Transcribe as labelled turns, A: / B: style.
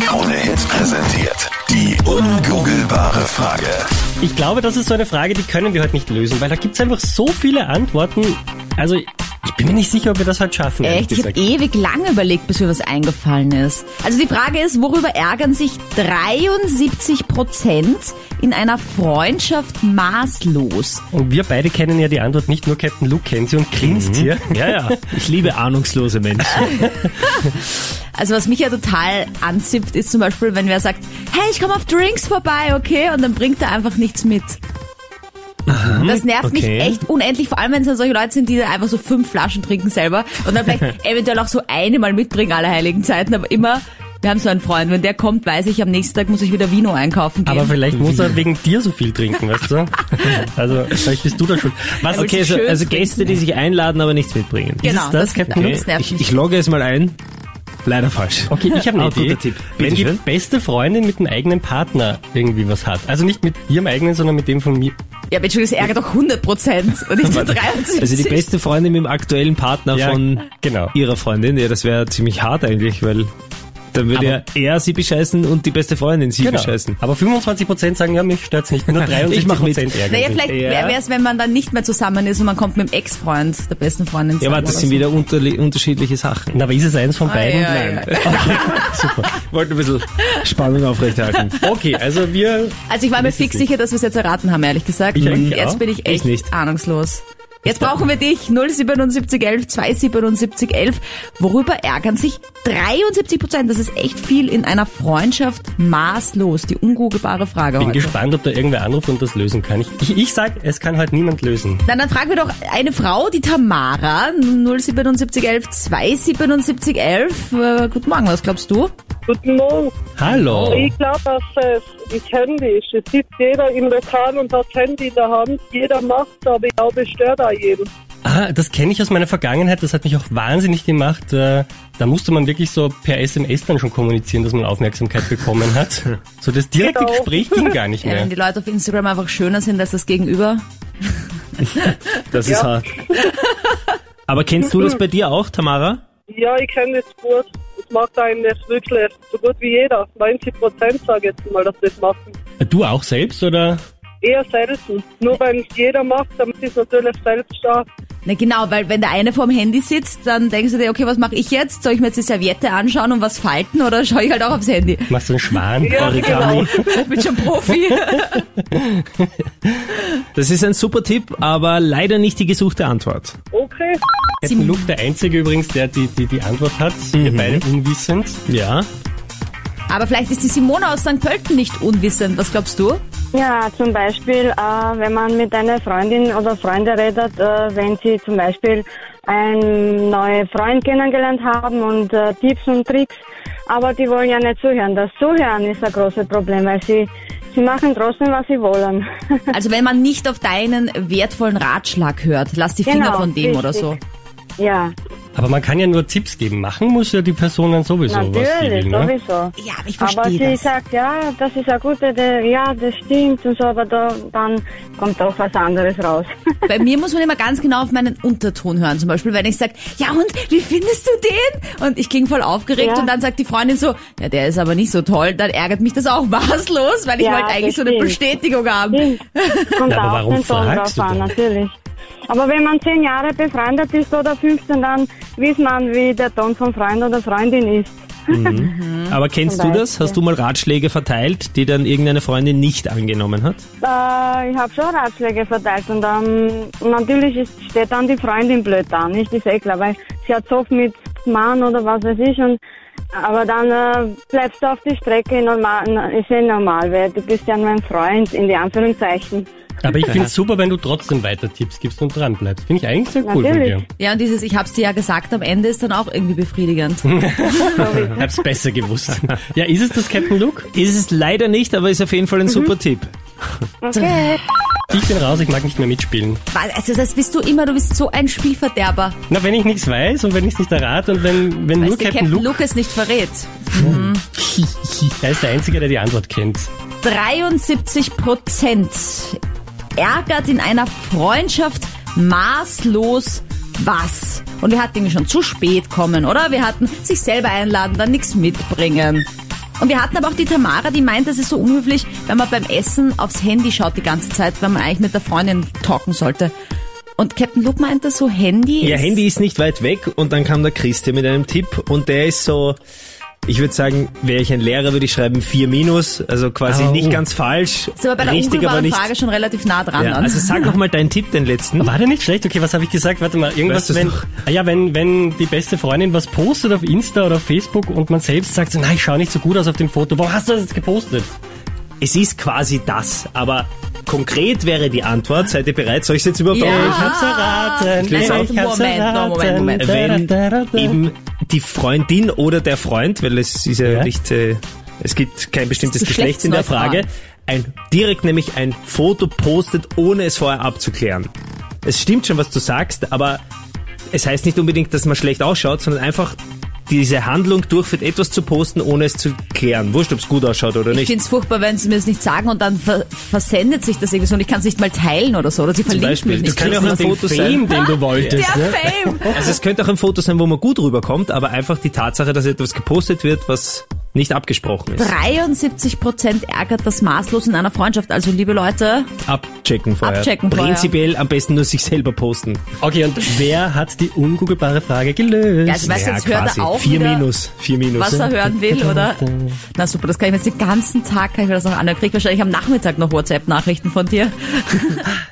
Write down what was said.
A: Krone Hits präsentiert. Die ungoogelbare Frage.
B: Ich glaube, das ist so eine Frage, die können wir heute nicht lösen, weil da gibt's einfach so viele Antworten. Also, ich bin mir nicht sicher, ob wir das heute schaffen. ehrlich
C: Echt? Ich habe
B: gesagt.
C: ewig lange überlegt, bis mir was eingefallen ist. Also die Frage ist, worüber ärgern sich 73 Prozent in einer Freundschaft maßlos?
B: Und wir beide kennen ja die Antwort nicht, nur Captain Luke kennt sie und grinst hier.
D: Mhm. Ja, ja. Ich liebe ahnungslose Menschen.
C: Also was mich ja total anzipft, ist zum Beispiel, wenn wer sagt, hey, ich komme auf Drinks vorbei, okay? Und dann bringt er einfach nichts mit. Das nervt
B: okay.
C: mich echt unendlich, vor allem wenn es dann solche Leute sind, die dann einfach so fünf Flaschen trinken selber und dann vielleicht eventuell auch so eine mal mitbringen aller heiligen Zeiten, aber immer, wir haben so einen Freund, wenn der kommt, weiß ich, am nächsten Tag muss ich wieder Vino einkaufen gehen.
B: Aber vielleicht muss er wegen dir so viel trinken, weißt du? Also, vielleicht bist du da schuld. Was,
C: Aber
B: okay,
D: Okay,
C: es ist
D: so,
C: schön
D: also
C: trinken.
D: Gäste, die sich einladen, aber nichts mitbringen.
C: genau,
B: ist das, Captain
C: ja,
B: Luke?
C: das nervt
D: Ich,
C: mich.
D: ich logge es mal ein. Leider falsch.
B: Okay, ich habe eine
D: Ah,
B: Idee.
D: guter Tipp.
B: Wenn
D: Bitte
B: die
D: schön.
B: beste Freundin mit dem eigenen Partner irgendwie was hat. Also nicht mit ihrem eigenen, sondern mit dem von mir.
C: Ja, aber Entschuldigung, das ärgert doch 100 Prozent und nicht nur 73.
D: Also die beste Freundin mit dem aktuellen Partner
B: Ja,
D: Äh, von
B: genau.
D: ihrer Freundin, ja, das wäre ziemlich hart eigentlich, weil dann würde ja
B: Aber-
D: er sie bescheißen und die beste Freundin sie bescheißen.
B: Genau. Aber 25% sagen, ja, mich stört's nicht. Nur 73%
D: Ich mach mit.
B: ärgern sich.
C: Naja, vielleicht
D: Ja.
C: wäre es, wenn man dann nicht mehr zusammen ist und man kommt mit dem Ex-Freund der besten Freundin
D: Ja,
C: zusammen.
D: warte, das
C: oder
D: sind
C: so.
D: wieder unterli- unterschiedliche Sachen.
B: Na, aber ist es eins von
C: Ah,
B: beiden?
C: ja, ja.
B: Nein.
D: Wollte ein bisschen Spannung aufrechterhalten.
B: Okay, also wir...
C: Also ich war mir fix sicher, dass wir es jetzt erraten haben, ehrlich gesagt.
B: Ich
C: Und
B: eigentlich
C: jetzt
B: auch.
C: bin ich echt
D: Ich nicht.
C: ahnungslos. Jetzt brauchen wir dich. 07711 27711. Worüber ärgern sich 73 Prozent? Das ist echt viel in einer Freundschaft maßlos. Die ungoogelbare Frage
B: Bin
C: heute.
B: gespannt, ob da irgendwer anruft und das lösen kann. Ich, ich, ich sag, es kann halt niemand lösen.
C: Dann, dann fragen wir doch eine Frau, die Tamara, 07711 27711. Äh, guten Morgen, was glaubst du?
E: Guten Morgen.
B: Hallo.
E: Ich glaube, dass es das Handy ist. Es sitzt jeder im Lokal und hat das Handy in der Hand. Jeder macht aber ich glaube, es stört auch jeden.
B: Ah, das kenne ich aus meiner Vergangenheit, das hat mich auch wahnsinnig gemacht. Äh, Da musste man wirklich so per SMS dann schon kommunizieren, dass man Aufmerksamkeit bekommen hat. So das direkte
E: Genau.
B: Gespräch ging gar nicht
C: Ja,
B: mehr.
C: wenn die Leute auf Instagram einfach schöner sind als das Gegenüber.
D: Das ist hart. Aber kennst du das bei dir auch, Tamara?
E: Ja, ich kenne das gut. Das macht eigentlich wirklich so gut wie jeder. 90 Prozent, sage ich jetzt mal, dass das machen.
B: Äh, Du auch selbst, oder?
E: Eher selten. Nur wenn es jeder macht, dann ist es natürlich selbst da.
C: Na genau, weil wenn der eine vorm Handy sitzt, dann denkst du dir, okay, was mache ich jetzt? Soll ich mir jetzt die Serviette anschauen und was falten oder schaue ich halt auch aufs Handy?
B: Machst du einen Schwan?
E: Ja,
B: Origami?
C: Ich bin schon Profi.
D: Das ist ein super Tipp, aber leider nicht die gesuchte Antwort.
E: Okay.
B: Captain Luke, der Einzige übrigens, der die, die, die Antwort hat. Wir beide unwissend.
D: Ja.
C: Mhm. Aber vielleicht ist die Simone aus St. Pölten nicht unwissend. Was glaubst du?
F: Ja, zum Beispiel, äh, wenn man mit einer Freundin oder Freunde redet, äh, wenn sie zum Beispiel einen neuen Freund kennengelernt haben und äh, Tipps und Tricks, aber die wollen ja nicht zuhören. Das Zuhören ist ein großes Problem, weil sie, sie machen trotzdem, was sie wollen.
C: Also wenn man nicht auf deinen wertvollen Ratschlag hört, lass die Finger
F: Genau,
C: von dem oder so.
F: ja,
B: Aber man kann ja nur Tipps geben. Machen muss ja die Person dann sowieso, was sie
F: natürlich,
B: will. Ne?
F: sowieso.
C: Ja, aber ich
F: Aber
C: verstehe
F: sie
C: das.
F: sagt, ja, das ist eine gute Idee, ja, das stimmt und so, aber da, dann kommt doch was anderes raus.
C: Bei mir muss man immer ganz genau auf meinen Unterton hören. Zum Beispiel, wenn ich sage, ja und, wie findest du den? Und ich ging voll aufgeregt
F: Ja.
C: und dann sagt die Freundin so, ja, der ist aber nicht so toll. Dann ärgert mich das auch maßlos, weil ich
F: Ja,
C: wollte eigentlich
F: das
C: so eine
F: stimmt.
C: Bestätigung haben.
F: Stimmt. Kommt
B: Ja, aber
F: auch
B: warum
F: den Ton
B: fragst
F: drauf
B: du
F: an,
B: denn?
F: natürlich. Aber wenn man zehn Jahre befreundet ist oder 15, dann weiß man, wie der Ton von Freund oder Freundin ist.
D: Aber kennst du
F: Zum
D: das? Hast du mal Ratschläge verteilt, die dann irgendeine Freundin nicht angenommen hat?
F: Äh, ich habe schon Ratschläge verteilt und ähm, natürlich ist, steht dann die Freundin blöd da, nicht die Säckler, weil sie hat so oft mit Mann oder was weiß ich und aber dann äh, bleibst du auf die Strecke, normal, ist ja normal, weil du bist ja mein Freund, in die Anführungszeichen.
B: Aber ich finde es super, wenn du trotzdem weiter Tipps gibst und dran bleibst. Finde ich eigentlich sehr cool
F: Natürlich.
B: von
C: Ja, und dieses, ich hab's dir ja gesagt, am Ende ist dann auch irgendwie befriedigend.
B: dir. Hab's besser gewusst. ja, ist es das Captain Luke?
D: Ist es leider nicht, aber ist auf jeden Fall
C: Mhm.
D: ein super Tipp.
F: Okay.
B: Ich bin raus, ich mag nicht mehr mitspielen.
C: Was- Also das bist du immer, du bist so ein Spielverderber,
B: Na, wenn ich nichts weiß und wenn ich es nicht errate und wenn, wenn
C: weil
B: nur
C: dir
B: Captain Luke,
C: Lucas nicht verrät.
B: der ist der Einzige, der die Antwort kennt.
C: 73 Prozent ärgert in einer Freundschaft maßlos was. Und wir hatten irgendwie schon zu spät kommen, oder? Wir hatten sich selber einladen, dann nichts mitbringen. Und wir hatten aber auch die Tamara, die meint, das ist so unhöflich, wenn man beim Essen aufs Handy schaut die ganze Zeit, wenn man eigentlich mit der Freundin talken sollte. Und Captain Luke meinte so, Handy
D: Ihr
C: ist...
D: Handy ist nicht weit weg und dann kam der Christi mit einem Tipp und der ist so, ich würde sagen, wäre ich ein Lehrer, würde ich schreiben 4 minus, also quasi
B: Ah,
D: nicht
B: oh.
D: ganz falsch,
C: Ist aber bei der
D: richtig, aber
C: unmittelbaren
D: nicht.
C: Frage schon relativ nah dran.
D: Ja,
C: an.
D: also sag nochmal deinen Tipp, den letzten.
B: War der nicht schlecht? Okay, was habe ich gesagt? Warte mal,
D: Weißt
B: irgendwas,
D: du's
B: wenn,
D: noch?
B: ah ja, wenn, wenn die beste Freundin was postet auf Insta oder auf Facebook und man selbst sagt, so, nein, ich schaue nicht so gut aus auf dem Foto, warum hast du das jetzt gepostet?
D: Es ist quasi das, aber konkret wäre die Antwort, seid ihr bereit? Soll ich es jetzt überhaupt
C: Ja.
D: auch-
B: Ich hab's erraten.
D: Also,
B: ich hab's
C: Moment,
B: erraten.
C: Moment, Moment.
D: Wenn
B: Da, da, da, da.
D: eben die Freundin oder der Freund, weil es ist ja,
B: Ja.
D: nicht, äh, es gibt kein bestimmtes
C: Das ist
D: Geschlecht in der Frage,
C: geschlechtsneutral.
D: ein, direkt nämlich ein Foto postet, ohne es vorher abzuklären. Es stimmt schon, was du sagst, aber es heißt nicht unbedingt, dass man schlecht ausschaut, sondern einfach diese Handlung durchführt, etwas zu posten, ohne es zu klären. Wurscht, ob es gut ausschaut oder
C: Ich
D: nicht.
C: finde es furchtbar, wenn sie mir das nicht sagen und dann ver versendet sich das irgendwie so und ich kann es nicht mal teilen oder so. Oder sie verlinken
D: Beispiel.
C: mich
D: Das
C: nicht.
D: kann ja auch ein Foto sein.
B: Fame, den du wolltest.
C: Der
B: ne?
C: Fame!
D: Also es könnte auch ein Foto sein, wo man gut rüberkommt, aber einfach die Tatsache, dass etwas gepostet wird, was nicht abgesprochen ist.
C: 73% ärgert das maßlos in einer Freundschaft. Also liebe Leute,
D: Abchecken vorher.
C: Abchecken vorher.
D: Prinzipiell am besten nur sich selber posten.
B: Okay, und wer hat die ungoogelbare Frage gelöst?
C: Ja, also weißt du, jetzt hört er auf
D: Vier
C: wieder,
D: Minus. Vier Minus.
C: was er hören will, oder? Na super, das kann ich mir jetzt den ganzen Tag, kann ich mir das noch anhören. Krieg wahrscheinlich am Nachmittag noch WhatsApp-Nachrichten von dir.